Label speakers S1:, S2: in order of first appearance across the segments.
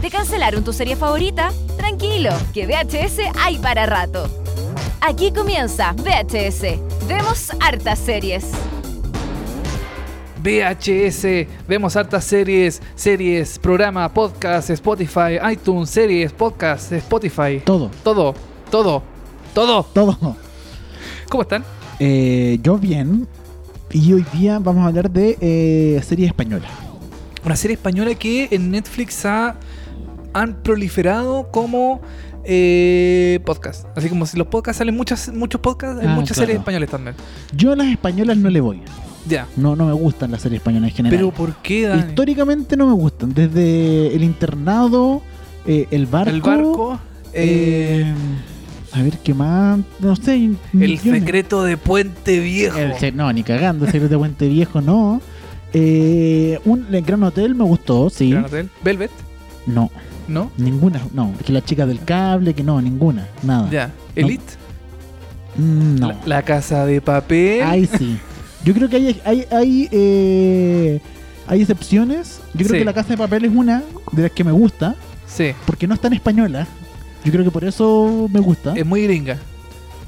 S1: ¿Te cancelaron tu serie favorita? Tranquilo, que VHS hay para rato. Aquí comienza VHS. Vemos hartas series.
S2: VHS, vemos hartas series, series, programa, podcast, Spotify, iTunes, series, podcast, Spotify.
S3: Todo,
S2: Todo, todo, todo.
S3: todo.
S2: ¿Cómo están?
S3: Eh, yo bien. Y hoy día vamos a hablar de eh, serie española.
S2: Una serie española que en Netflix ha, han proliferado como eh, podcast. Así como si los podcasts salen muchas, muchos podcasts, hay
S3: Ah,
S2: muchas
S3: claro.
S2: series españolas también.
S3: Yo a las españolas no le voy.
S2: Ya.
S3: No, no me gustan las series españolas en general.
S2: Pero ¿por qué, Dani?
S3: Históricamente no me gustan. Desde el internado, eh, el barco.
S2: El barco, eh,
S3: eh, a ver qué más. No sé.
S2: el
S3: millones.
S2: secreto de Puente Viejo.
S3: El se- no, ni cagando. El secreto de Puente Viejo, no. Eh, un, el Gran Hotel me gustó, sí.
S2: Gran Hotel. ¿eh? Velvet,
S3: No,
S2: ¿no?
S3: ninguna. No, que la chica del cable, que no, ninguna. Nada.
S2: Ya. Elite.
S3: Mm, No.
S2: La, la casa de papel.
S3: Ahí sí. Yo creo que hay, hay, hay, eh, hay excepciones. Yo creo
S2: Sí.
S3: que La Casa de Papel es una de las que me gusta,
S2: Sí.
S3: porque no es tan española. Yo creo que por eso me gusta.
S2: Es muy gringa.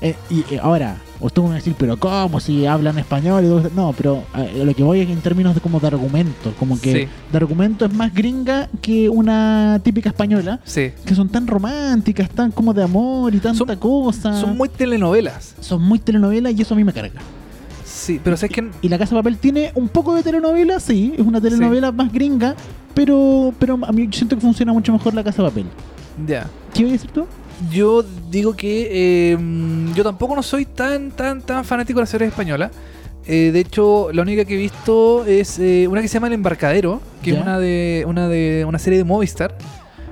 S3: Eh, y eh, ahora, ustedes van a decir, pero ¿cómo si hablan español? y todo eso?". No, pero eh, lo que voy es en términos de como de argumento. Como que
S2: Sí.
S3: de argumento es más gringa que una típica española,
S2: Sí.
S3: que son tan románticas, tan como de amor y tanta cosa.
S2: Son muy telenovelas.
S3: son muy telenovela y eso a mí me carga.
S2: Sí, pero sé que
S3: Y La Casa de Papel tiene un poco de telenovela, sí, es una telenovela más gringa, pero, pero a mí yo siento que funciona mucho mejor La Casa de Papel.
S2: ya.
S3: ¿Qué iba a decir tú?
S2: Yo digo que eh, mm, yo tampoco no soy tan, tan, tan fanático de las series españolas. Eh, de hecho, la única que he visto es eh, una que se llama El Embarcadero, que es
S3: Ya.
S2: una de, una de una serie de Movistar,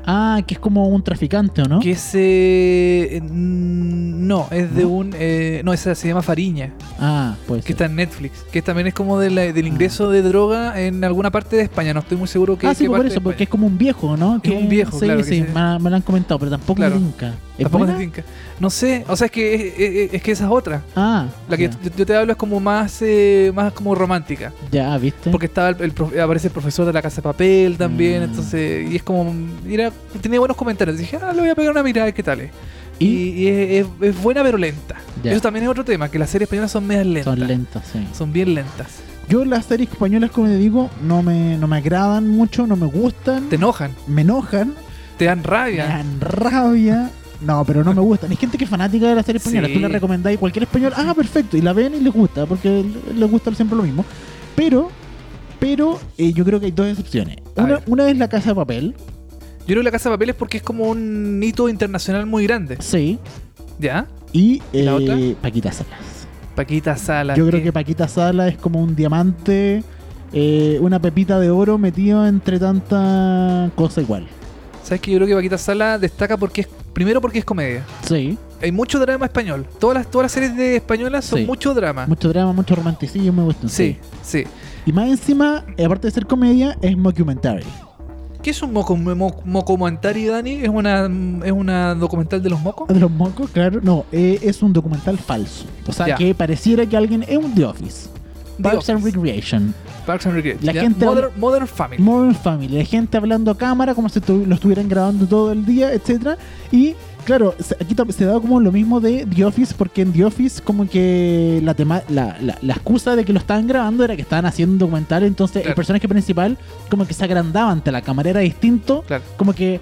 S3: Ah, que es como un traficante, ¿o no?
S2: que es... eh, mm, no, es de
S3: ¿No?
S2: un... eh, no, esa se llama Fariña,
S3: Ah, pues.
S2: que está en Netflix, que también es como de la-
S3: Ah.
S2: del ingreso de droga en alguna parte de España, no estoy muy seguro que...
S3: Ah, sí,
S2: qué
S3: pues por
S2: parte de
S3: eso, porque es
S2: España.
S3: como un viejo, ¿no?
S2: Es un viejo,
S3: sí,
S2: claro que
S3: Sí,
S2: sí.
S3: me, la- me lo han comentado, pero tampoco
S2: Claro.
S3: es gringa. ¿Es
S2: Tampoco
S3: buena?
S2: se tinca. No sé, o sea, es que, es, es- es que esa es otra.
S3: Ah,
S2: La que
S3: ya,
S2: yo, yo te hablo es como más, eh, más como romántica.
S3: ya, ¿viste?
S2: Porque estaba el, el profe- aparece el profesor de la casa de papel también,
S3: Mm.
S2: entonces, y es como, mira, tenía buenos comentarios, dije, ah, le voy a pegar una mirada, ¿qué tal es? Y,
S3: y
S2: y es, es- es buena pero lenta.
S3: Ya.
S2: Eso también es otro tema, que las series españolas son medias lentas.
S3: son
S2: Son,
S3: lentas, sí.
S2: bien lentas.
S3: Yo las series españolas, como te digo, no me, no me agradan mucho, no me gustan,
S2: Te enojan,
S3: me enojan,
S2: te dan
S3: me
S2: rabia.
S3: dan rabia. No, pero no me gustan. Hay gente que es fanática de la serie española.
S2: Sí.
S3: Tú le recomendáis cualquier español. Ah, perfecto. Y la ven y les gusta, porque les gusta siempre lo mismo. Pero, pero eh, yo creo que hay dos excepciones.
S2: A
S3: Una,
S2: ver.
S3: una es la casa de papel.
S2: Yo creo que la casa de papel es porque es como un hito internacional muy grande.
S3: Sí.
S2: ¿Ya?
S3: Y,
S2: la
S3: eh,
S2: otra?
S3: Paquita Salas.
S2: Paquita Sala.
S3: Yo creo que Paquita Salas es como un diamante, eh, una pepita de oro metido entre tanta cosa igual.
S2: ¿Sabes que Yo creo que Paquita Sala destaca porque es, primero porque es comedia.
S3: Sí.
S2: Hay mucho drama español. Todas las, todas las series de españolas son
S3: Sí.
S2: mucho drama.
S3: Mucho drama, mucho romanticismo, me gusta.
S2: Ah. sí, sí.
S3: Y más encima, eh, aparte de ser comedia, es mockumentary.
S2: ¿Qué es un moco, mo- mocomantari, Dani? ¿Es una, es una documental de los mocos?
S3: De los mocos, claro. No, eh, es un documental falso. O sea,
S2: Ya.
S3: que pareciera que alguien es un The Office. Parks and Recreation,
S2: Parks and Recreation.
S3: La
S2: ya.
S3: gente-
S2: Modern, Modern Family.
S3: Modern Family, de gente hablando a cámara como si estu- lo estuvieran grabando todo el día, etcétera. Y claro, se- aquí tam- se da como lo mismo de The Office, porque en The Office como que la, tema- la, la- la excusa de que lo estaban grabando era que estaban haciendo un documental, entonces
S2: Claro.
S3: el personaje principal como que se agrandaba ante la cámara, era distinto,
S2: Claro.
S3: como que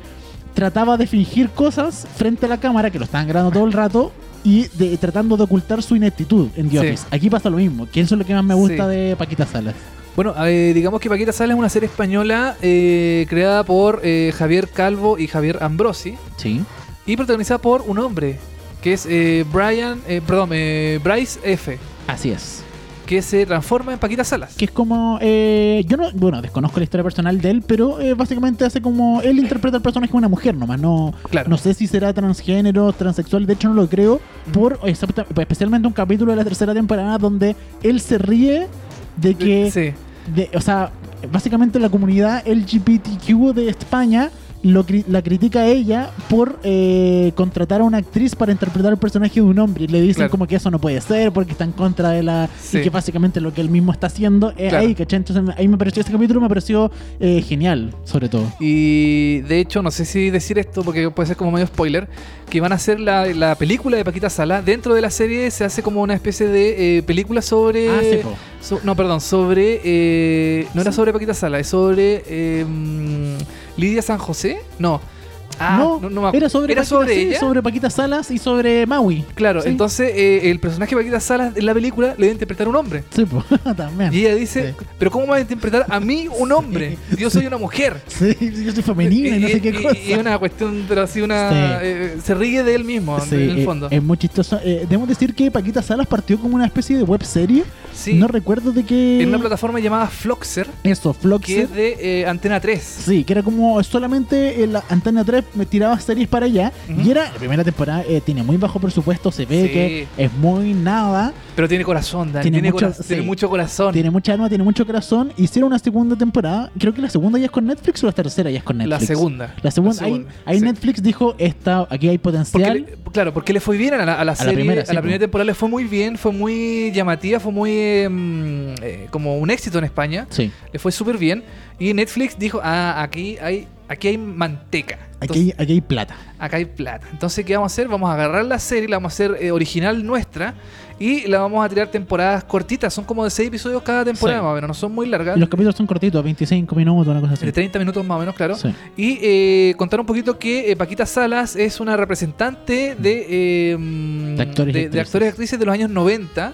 S3: trataba de fingir cosas frente a la cámara, que lo estaban grabando todo el rato, y de- tratando de ocultar su ineptitud en The
S2: Sí.
S3: Office. Aquí pasa lo mismo, que eso es lo que más me gusta
S2: Sí.
S3: de Paquita Salas.
S2: Bueno, eh, digamos que Paquita Sala es una serie española eh, creada por eh, Javier Calvo y Javier Ambrosi
S3: Sí.
S2: y protagonizada por un hombre que es eh, Brian, eh, perdón, eh, Bryce F.,
S3: Así es.
S2: que se transforma en Paquita Salas.
S3: que es como eh, yo no bueno desconozco la historia personal de él pero eh, básicamente hace como él interpreta al personaje como una mujer nomás no
S2: Claro.
S3: no sé si será transgénero transexual de hecho no lo creo por exacta- especialmente un capítulo de la tercera temporada donde él se ríe de que
S2: Eh, Sí,
S3: de- o sea básicamente la comunidad LGBTQ de España lo cri- la critica a ella por eh, contratar a una actriz para interpretar el personaje de un hombre. Y le dicen
S2: Claro.
S3: como que eso no puede ser porque está en contra de la...
S2: Sí.
S3: Y que básicamente lo que él mismo está haciendo es
S2: Claro.
S3: ahí, ¿cachai? Entonces me- ahí me pareció, ese capítulo me pareció eh, genial, sobre todo.
S2: Y de hecho, no sé si decir esto porque puede ser como medio spoiler, que van a hacer la, la película de Paquita Sala. Dentro de la serie se hace como una especie de eh, película sobre...
S3: Ah, sí, po.
S2: so- no, perdón, sobre... eh, no era sobre Paquita Sala, es sobre eh, mm, Lidia San José. No. Ah,
S3: no,
S2: me acuerdo.
S3: era sobre,
S2: ¿Era
S3: Paquita,
S2: sobre
S3: sí,
S2: ella?
S3: sobre Paquita Salas y sobre Maui.
S2: Claro,
S3: Sí.
S2: entonces eh, el personaje de Paquita Salas en la película le iba a interpretar un hombre.
S3: Sí, po, también.
S2: Y ella dice,
S3: Sí.
S2: pero ¿cómo va a interpretar a mí un hombre? Yo soy una mujer.
S3: Sí, yo soy femenina y no sé qué cosa.
S2: y- y una cuestión, pero así una...
S3: Sí.
S2: eh, se ríe de él mismo,
S3: Sí,
S2: en el
S3: eh,
S2: fondo.
S3: es muy chistoso. Eh, debemos decir que Paquita Salas partió como una especie de web serie.
S2: sí,
S3: No recuerdo de qué.
S2: en una plataforma llamada Floxer,
S3: Eso,
S2: que
S3: Floxer.
S2: es de eh, Antena 3.
S3: Sí, que era como solamente en la Antena 3 me tiraba series para allá.
S2: Ujú.
S3: Y era, la primera temporada eh, tiene muy bajo presupuesto, se ve
S2: Sí.
S3: que es muy nada.
S2: Pero tiene corazón, Dani.
S3: Tiene
S2: Tiene,
S3: mucho-
S2: cora- tiene
S3: sí.
S2: mucho corazón.
S3: Tiene mucha alma, tiene mucho corazón. Hicieron una segunda temporada. Creo que la segunda ya es con Netflix o la tercera ya es con
S2: la
S3: Netflix.
S2: segunda.
S3: La segunda.
S2: La
S3: ahí
S2: segunda,
S3: ahí
S2: sí.
S3: Netflix dijo, esta, aquí hay
S2: Porque
S3: potencial.
S2: le- claro, porque le fue bien a la, a la serie.
S3: primera,
S2: a
S3: sí,
S2: la
S3: po.
S2: primera temporada le fue muy bien, fue muy llamativa, fue muy eh, mm, eh, como un éxito en España.
S3: Sí.
S2: Le fue súper bien. Y Netflix dijo, ah, aquí hay, aquí hay manteca.
S3: Aquí,
S2: Entonces,
S3: hay- aquí hay plata.
S2: acá hay plata. Entonces, ¿qué vamos a hacer? Vamos a agarrar la serie, la vamos a hacer eh, original nuestra y la vamos a tirar temporadas cortitas. Son como de 6 episodios cada temporada,
S3: Sí.
S2: más o menos. No son muy largas.
S3: Los capítulos son cortitos, 25 minutos, una cosa así.
S2: de 30 minutos más o menos, claro.
S3: Sí.
S2: Y eh, contar un poquito que eh, Paquita Salas es una representante de, eh, mm,
S3: De actores y
S2: de, de
S3: actrices.
S2: actores y actrices de los años 90,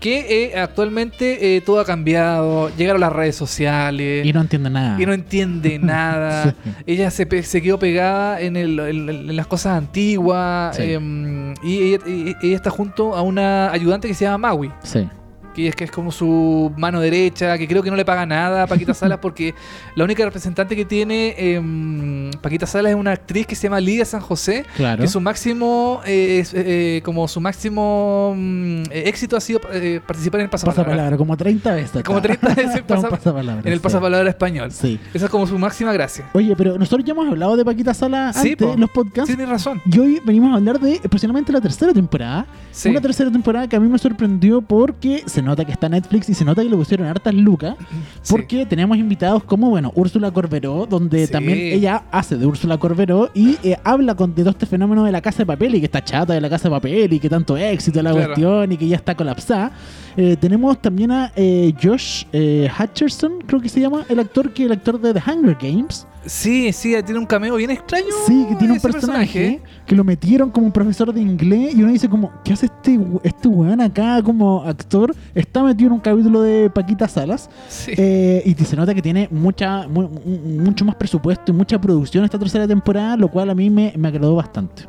S2: que eh, actualmente eh, todo ha cambiado, llegaron las redes sociales.
S3: Y no entiende nada.
S2: y no entiende nada.
S3: Sí.
S2: Ella se, pe- se quedó pegada en, el- en- en las cosas antiguas.
S3: Sí.
S2: em, y, ella, y- y ella está junto a una ayudante que se llama Maui.
S3: Sí.
S2: Que es, que es como su mano derecha, que creo que no le paga nada a Paquita Salas porque la única representante que tiene em, Paquita Salas es una actriz que se llama Lidia San José,
S3: Claro.
S2: que su máximo eh, es, eh, como su máximo mm, eh, éxito ha sido eh, participar en el pasapalabra.
S3: Pasapalabra, como 30 veces.
S2: Como 30 veces
S3: Está un
S2: pasa-
S3: pasapalabra,
S2: En el
S3: sí.
S2: pasapalabra español.
S3: Sí.
S2: Esa es como su máxima gracia.
S3: Oye, pero nosotros ya hemos hablado de Paquita Sala
S2: Sí,
S3: antes
S2: po.
S3: en los podcasts.
S2: Sí, tienes razón.
S3: Y hoy venimos a hablar de eh, posiblemente la tercera temporada.
S2: Sí.
S3: Una tercera temporada que a mí me sorprendió porque se nota que está Netflix y se nota que le pusieron hartas lucas.
S2: Sí.
S3: Porque tenemos invitados como, bueno, Úrsula Corberó, donde
S2: Sí.
S3: también ella hace de Úrsula Corberó y eh, habla con, de todo este fenómeno de la casa de papel y que está chata de la casa de papel y que tanto éxito la
S2: Claro.
S3: cuestión y que ya está colapsada. Eh, tenemos también a eh, Josh eh, Hutcherson, creo que se llama, el actor que el actor de The Hunger Games.
S2: Sí, sí, tiene un cameo bien extraño.
S3: Sí, que tiene un
S2: ese
S3: personaje, que lo metieron como un profesor de inglés y uno dice como, ¿qué hace este, we- este weón acá como actor? Está metido en un capítulo de Paquita Salas
S2: Sí.
S3: eh, y se nota que tiene mucha mu- mu- mucho más presupuesto y mucha producción esta tercera temporada, lo cual a mí me, me agradó bastante.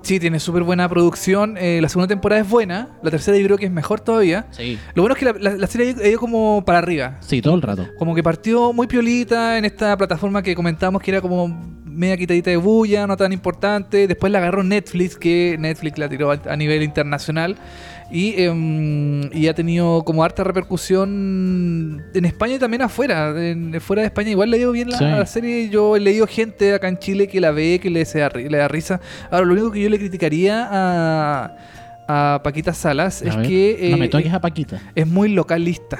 S2: Sí, tiene súper buena producción. eh, la segunda temporada es buena. La tercera yo creo que es mejor todavía.
S3: Sí.
S2: Lo bueno es que la, la- la serie ha ido como para arriba.
S3: Sí, todo el rato.
S2: Como que partió muy piolita en esta plataforma que comentamos que era como media quitadita de bulla, no tan importante. Después la agarró Netflix, que Netflix la tiró a, a nivel internacional. Y, em, y ha tenido como harta repercusión en España y también afuera. En- fuera de España igual le dio bien la,
S3: Sí.
S2: la serie. Yo he leído gente acá en Chile que la ve, que le, se da ri- le da risa. Ahora, lo único que yo le criticaría a, a Paquita Salas
S3: A
S2: es
S3: ver,
S2: que
S3: no
S2: eh,
S3: me toques a Paquita.
S2: es muy localista.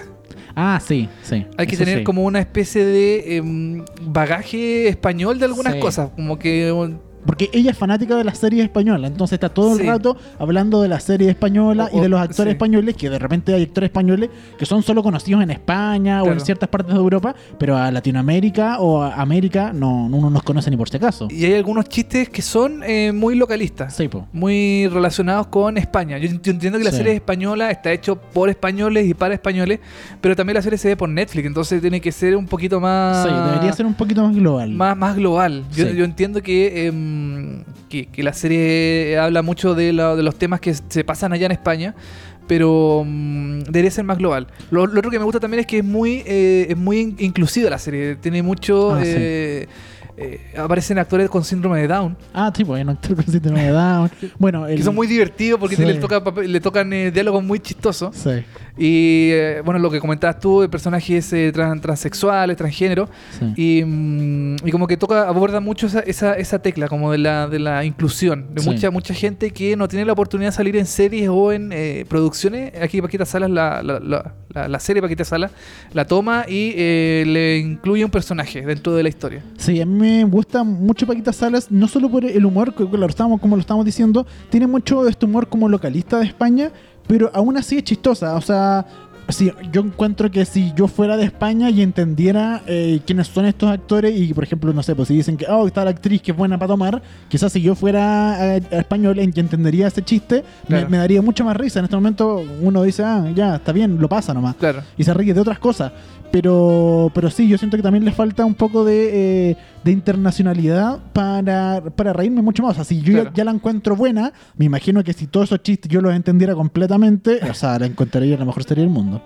S3: Ah, sí, sí.
S2: Hay que
S3: eso
S2: tener
S3: sí.
S2: como una especie de em, bagaje español de algunas
S3: Sí.
S2: cosas, como que um,
S3: Porque ella es fanática de la serie española, entonces está todo el
S2: Sí.
S3: rato hablando de la serie española
S2: O-
S3: y de
S2: o-
S3: los actores
S2: sí.
S3: españoles, que de repente hay actores españoles que son solo conocidos en España o en
S2: Claro.
S3: ciertas partes de Europa, pero a Latinoamérica o a América no, uno nos conoce ni por si acaso.
S2: y hay algunos chistes que son eh, muy localistas,
S3: Sí, po.
S2: muy relacionados con España. Yo, ent- yo entiendo que la
S3: Sí.
S2: serie española está hecho por españoles y para españoles, pero también la serie se ve por Netflix, entonces tiene que ser un poquito más
S3: Sí, debería ser un poquito más global.
S2: más, más global. Yo,
S3: Sí.
S2: yo entiendo que, em, que, que la serie habla mucho de, la- de los temas que se pasan allá en España, pero mm, debería ser más global. Lo, lo otro que me gusta también es que es muy, eh, es muy in- inclusiva la serie. Tiene mucho...
S3: Ah, sí.
S2: eh, eh, aparecen actores con síndrome de Down,
S3: Ah, sí, pues, un actor con síndrome de Down. Bueno, el...
S2: que son muy divertidos porque
S3: Sí.
S2: le, toca papel- le tocan eh, diálogos muy chistosos.
S3: Sí.
S2: Y eh, bueno, lo que comentabas tú, de personajes eh, tran- transexuales, transgénero.
S3: Sí.
S2: Y, mm, y como que toca, aborda mucho esa, esa, esa tecla como de la, de la inclusión. De
S3: Sí.
S2: mucha, mucha gente que no tiene la oportunidad de salir en series o en eh, producciones. Aquí Paquita Salas, la, la, la, la- la serie Paquita Salas, la toma y eh, le incluye un personaje dentro de la historia.
S3: Sí, a mí me gusta mucho Paquita Salas, no solo por el humor, que claro, estamos, como lo estamos diciendo, tiene mucho este humor como localista de España, pero aún así es chistosa. O sea, sí, yo encuentro que si yo fuera de España y entendiera eh, quiénes son estos actores, y por ejemplo, no sé, pues si dicen que, oh, está la actriz que es buena para tomar, quizás si yo fuera eh, español en que entendería ese chiste, me-
S2: Claro.
S3: me, daría mucha más risa. En este momento uno dice, ah, ya, está bien, lo pasa nomás
S2: Claro.
S3: y se ríe de otras cosas. Pero, pero sí, yo siento que también le falta un poco de, eh, de internacionalidad para, para reírme mucho más. O sea, si yo ya-
S2: Claro.
S3: ya, la encuentro buena, me imagino que si todos esos chistes yo los entendiera completamente, o sea, la encontraría la mejor serie del mundo.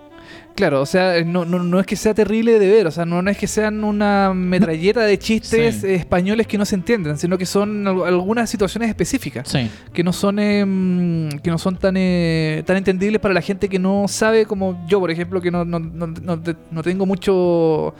S2: Claro, o sea, eh, no, no, no es que sea terrible de ver, o sea, no, no es que sean una metralleta de chistes
S3: Sí.
S2: eh, españoles que no se entienden, sino que son al- algunas situaciones específicas.
S3: Sí.
S2: que no son eh, mm, que no son tan eh, tan entendibles para la gente que no sabe como yo por ejemplo que no, no, no, no te- no tengo mucho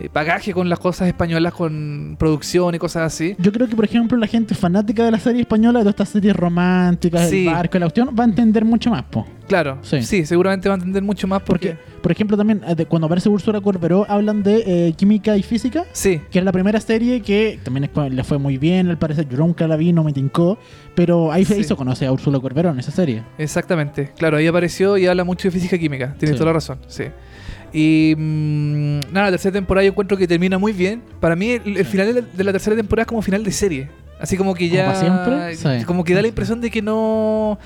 S2: eh, bagaje con las cosas españolas con producción y cosas así
S3: Yo creo que, por ejemplo, la gente fanática de la serie española, de todas estas series románticas,
S2: Sí.
S3: el barco, la cuestión, va a entender mucho más, po.
S2: claro sí,
S3: Sí.
S2: seguramente va a entender mucho más porque
S3: Porque, por ejemplo, también eh, de- cuando aparece Úrsula Corberó hablan de eh, química y física.
S2: sí
S3: que es la primera serie que también es- le fue muy bien, al parecer yo nunca la vi, no me tincó, pero ahí se
S2: Sí.
S3: hizo conocer a Úrsula Corberón esa serie.
S2: Exactamente, claro, ahí apareció y habla mucho de física y química, tienes
S3: Sí.
S2: toda la razón, sí. Y mm, nada, la tercera temporada yo encuentro que termina muy bien. Para mí el, el final de la, de la tercera temporada es como final de serie, así como que
S3: ¿Como
S2: ya
S3: pa' siempre? Sí.
S2: como que da la impresión de que no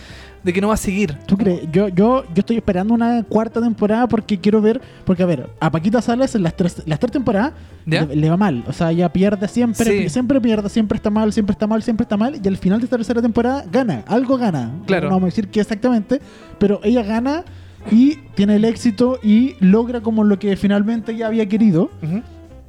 S2: de que no va a seguir.
S3: ¿Tú crees? Yo, yo, yo estoy esperando una cuarta temporada porque quiero ver, porque a ver, a Paquita Salas en las tres, las tres temporadas
S2: ¿Ya?
S3: le, le va mal, o sea, ya pierde siempre,
S2: Sí.
S3: pi- siempre pierde, siempre está mal, siempre está mal, siempre está mal, y al final de esta tercera temporada gana, algo gana.
S2: Claro.
S3: No vamos a decir que exactamente, pero ella gana y tiene el éxito y logra como lo que finalmente ella había querido.
S2: Ujú.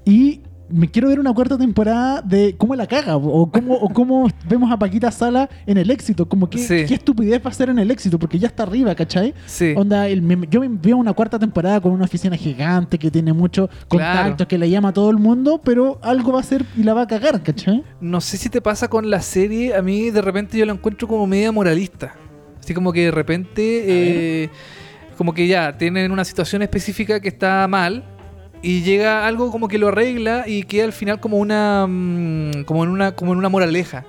S3: Y me quiero ver una cuarta temporada de cómo la caga o cómo, o cómo vemos a Paquita Sala en el éxito. Como que
S2: Sí.
S3: qué estupidez va a ser en el éxito porque ya está arriba, ¿cachai?
S2: Sí.
S3: Onda, el- me- yo me veo una cuarta temporada con una oficina gigante que tiene muchos contactos,
S2: Claro.
S3: que le llama a todo el mundo, pero algo va a hacer y la va a cagar, ¿cachai?
S2: No sé si te pasa con la serie, a mí de repente yo la encuentro como media moralista. Así como que de repente, eh, como que ya tienen una situación específica que está mal y llega algo como que lo arregla y queda al final como una mm, como en una como en una moraleja.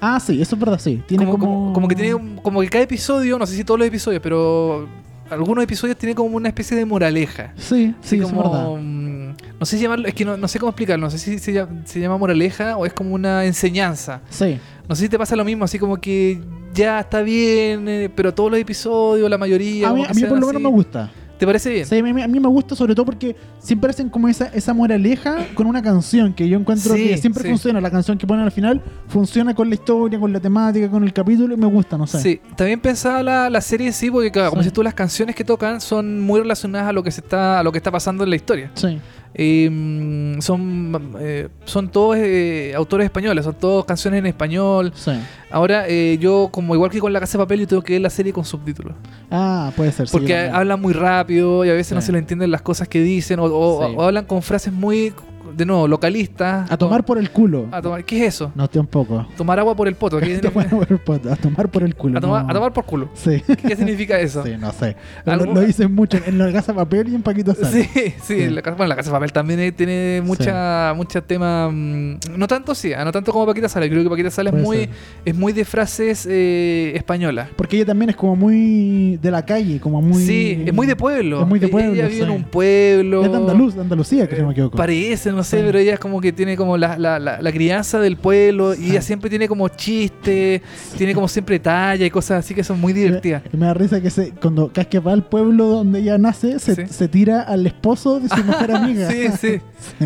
S3: Ah, sí, eso es verdad, sí. Tiene
S2: Como,
S3: como,
S2: como- como que tiene un- como que cada episodio, no sé si todos los episodios, pero algunos episodios tienen como una especie de moraleja.
S3: Sí,
S2: Sí,
S3: sí, eso es verdad.
S2: como. mm, No sé si llamarlo, es que no, no sé cómo explicarlo, no sé si se llama, se llama moraleja o es como una enseñanza.
S3: Sí.
S2: No sé si te pasa lo mismo, así como que ya está bien, eh, pero todos los episodios, la mayoría.
S3: A mí,
S2: como que
S3: a mí
S2: sean
S3: por lo menos
S2: así.
S3: me gusta.
S2: ¿Te parece bien?
S3: Sí, a mí, a mí me gusta sobre todo porque siempre hacen como esa, esa moraleja con una canción que yo encuentro
S2: Sí,
S3: que siempre
S2: sí.
S3: funciona. La canción que ponen al final funciona con la historia, con la temática, con el capítulo y me gusta, no sé.
S2: Sí, también pensaba la, la serie en sí, porque claro, como
S3: Sí.
S2: dices tú, las canciones que tocan son muy relacionadas a lo que se está, a lo que está pasando en la historia.
S3: Sí,
S2: Y, mm, son, eh, son todos eh, autores españoles, son todas canciones en español.
S3: sí.
S2: Ahora, eh, yo, como igual que con La Casa de Papel, yo tengo que ver la serie con subtítulos.
S3: Ah, puede ser. sí,
S2: Porque
S3: también.
S2: hablan muy rápido y a veces no
S3: Sí.
S2: se le entienden las cosas que dicen o, o-
S3: Sí.
S2: o hablan con frases muy, de nuevo, localistas.
S3: a tomar por el culo.
S2: A tomar, ¿Qué es eso?
S3: No, tampoco.
S2: Tomar agua por el poto. ¿qué-
S3: A tomar por el poto, pues, a tomar por el culo.
S2: a, tomar,
S3: no.
S2: a tomar por culo.
S3: Sí.
S2: ¿Qué significa eso?
S3: Sí, no sé.
S2: Algo-
S3: Lo, lo dicen mucho en la casa papel y en Paquito Sala.
S2: Sí, sí, en la casa- bueno, la casa de papel también eh, tiene mucha, mucha tema. mm, No tanto, sí, ah, no tanto como Paquita Sala. Creo que Paquita Sala es
S3: Puede
S2: muy,
S3: ser.
S2: es muy de frases eh, españolas.
S3: Porque ella también es como muy de la calle, como muy.
S2: sí, es muy de pueblo.
S3: es muy de
S2: E-
S3: pueblo,
S2: Ella vive en
S3: sí.
S2: un pueblo.
S3: Es de Andaluz, de Andalucía, que si no me
S2: Eh,
S3: equivoco.
S2: Parece, no sé,
S3: Sí.
S2: pero ella es como que tiene como la, la, la, la crianza del pueblo y
S3: Sí.
S2: ella siempre tiene como chistes, tiene como siempre talla y cosas así que son muy divertidas.
S3: Y Me da risa que se, cuando Casque va al pueblo donde ella nace, se,
S2: Sí.
S3: se tira al esposo de su mujer amiga.
S2: Sí, sí,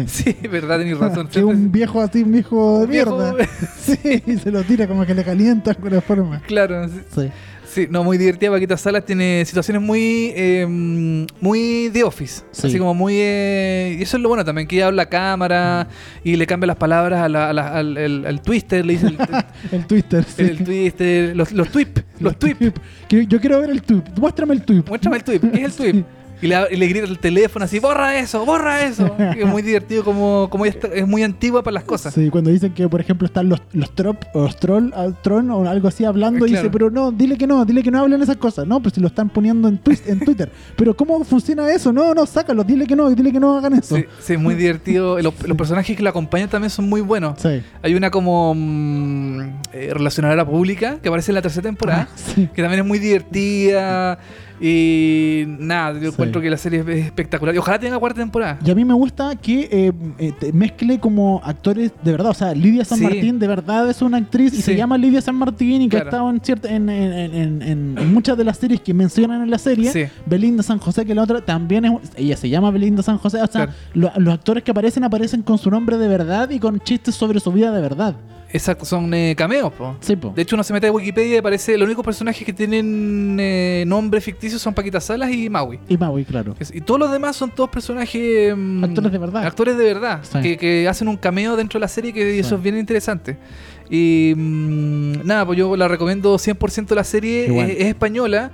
S3: Sí.
S2: sí, verdad, tenés razón.
S3: Que un viejo así, un viejo de
S2: Viejo-
S3: mierda. Sí, y se lo tira como que le calienta de alguna forma.
S2: Claro, sí,
S3: Sí.
S2: Sí, no, muy divertida. Paquita Salas tiene situaciones muy eh, muy de office.
S3: Sí.
S2: Así como muy. eh, y eso es lo bueno también, que ella habla a cámara y le cambia las palabras a la- a la- al, al- al twister, le dice el,
S3: El Twitter. sí.
S2: el- el twister, los, los twip, los twip.
S3: Quiero- Yo quiero ver el tweet. Muéstrame el tweet.
S2: Muéstrame el twip, ¿qué es el twip? Y le, y le grita el teléfono así, borra eso, borra eso. Y es muy divertido como, como ella está- es muy antigua para las cosas.
S3: Sí, cuando dicen que, por ejemplo, están los, los trop, o los troll, ah, tron o algo así hablando,
S2: Eh,
S3: y dice,
S2: claro.
S3: pero no, dile que no, dile que no hablen esas cosas. No, pues si lo están poniendo en, twi- en Twitter. pero ¿cómo funciona eso? No, no, sácalo, dile que no, dile que no hagan eso.
S2: Sí, sí, es muy divertido. Los, los personajes que la acompañan también son muy buenos.
S3: Sí.
S2: Hay una como mm, eh, relacionadora pública que aparece en la tercera temporada,
S3: Sí.
S2: que también es muy divertida. Y nada, yo
S3: Sí.
S2: encuentro que la serie es es espectacular. Y ojalá tenga cuarta temporada.
S3: Y a mí me gusta que eh, eh, te- mezcle como actores de verdad. O sea, Lidia San
S2: Sí.
S3: Martín de verdad es una actriz y se
S2: Sí.
S3: llama Lidia San Martín y que
S2: Claro.
S3: ha estado en, cierta- en, en- en- en- en muchas de las series que mencionan en la serie.
S2: Sí.
S3: Belinda San José, que la otra también es. Ella se llama Belinda San José. O sea,
S2: Claro.
S3: lo- los actores que aparecen aparecen con su nombre de verdad y con chistes sobre su vida de verdad.
S2: Esas son eh, cameos, po.
S3: Sí, po.
S2: De hecho, uno se mete a Wikipedia y aparece los únicos personajes que tienen eh, nombres ficticios son Paquita Salas y Maui.
S3: Y Maui, claro.
S2: Es- Y todos los demás son todos personajes. mm,
S3: Actores de verdad.
S2: Actores de verdad.
S3: Sí.
S2: Que, que hacen un cameo dentro de la serie que eso
S3: Sí.
S2: es bien interesante. Y mm, nada, pues yo la recomiendo 100% la serie.
S3: Igual.
S2: Es, es española.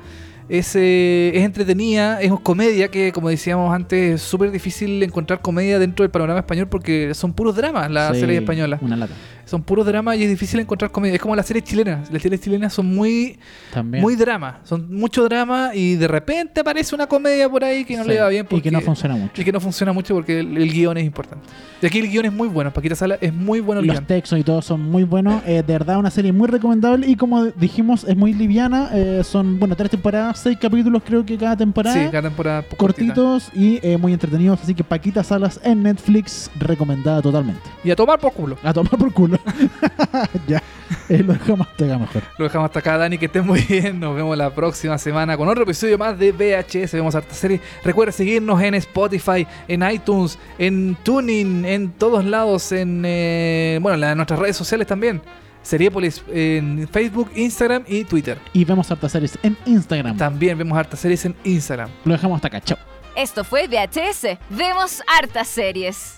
S2: Es, eh, es entretenida, es comedia que como decíamos antes es súper difícil encontrar comedia dentro del panorama español porque son puros dramas las
S3: Sí, Mm.
S2: series españolas,
S3: Una lata.
S2: son puros dramas y es difícil encontrar comedia, es como las series chilenas, las series chilenas son muy
S3: También.
S2: muy drama, son mucho drama y de repente aparece una comedia por ahí que no
S3: Sí.
S2: le va bien
S3: Y que no
S2: porque-
S3: funciona mucho.
S2: y que no funciona mucho porque el, el guión es importante. Y aquí el guión es muy bueno, Paquita Sala es muy bueno el
S3: Los
S2: guión.
S3: textos y todo son muy buenos. eh, de verdad, una serie muy recomendable. Y como dijimos, es muy liviana. eh, son, bueno, tres temporadas, seis capítulos creo que cada temporada.
S2: Sí, cada temporada po- cortita.
S3: cortitos y eh, muy entretenidos. Así que Paquita Salas en Netflix, recomendada totalmente.
S2: Y a tomar por culo.
S3: A tomar por culo. ya. Eh, lo dejamos hasta acá mejor.
S2: Lo dejamos hasta acá, Dani, que estén muy bien. Nos vemos la próxima semana con otro episodio más de VHS. Vemos harta serie. Recuerda seguirnos en Spotify, en iTunes, en Tuning, en todos lados, en eh, bueno, en la- en nuestras redes sociales también. Seriepolis en Facebook, Instagram y Twitter.
S3: Y vemos hartas series en Instagram.
S2: También vemos hartas series en Instagram.
S3: Lo dejamos hasta acá. Chao.
S1: Esto fue VHS. Vemos hartas series.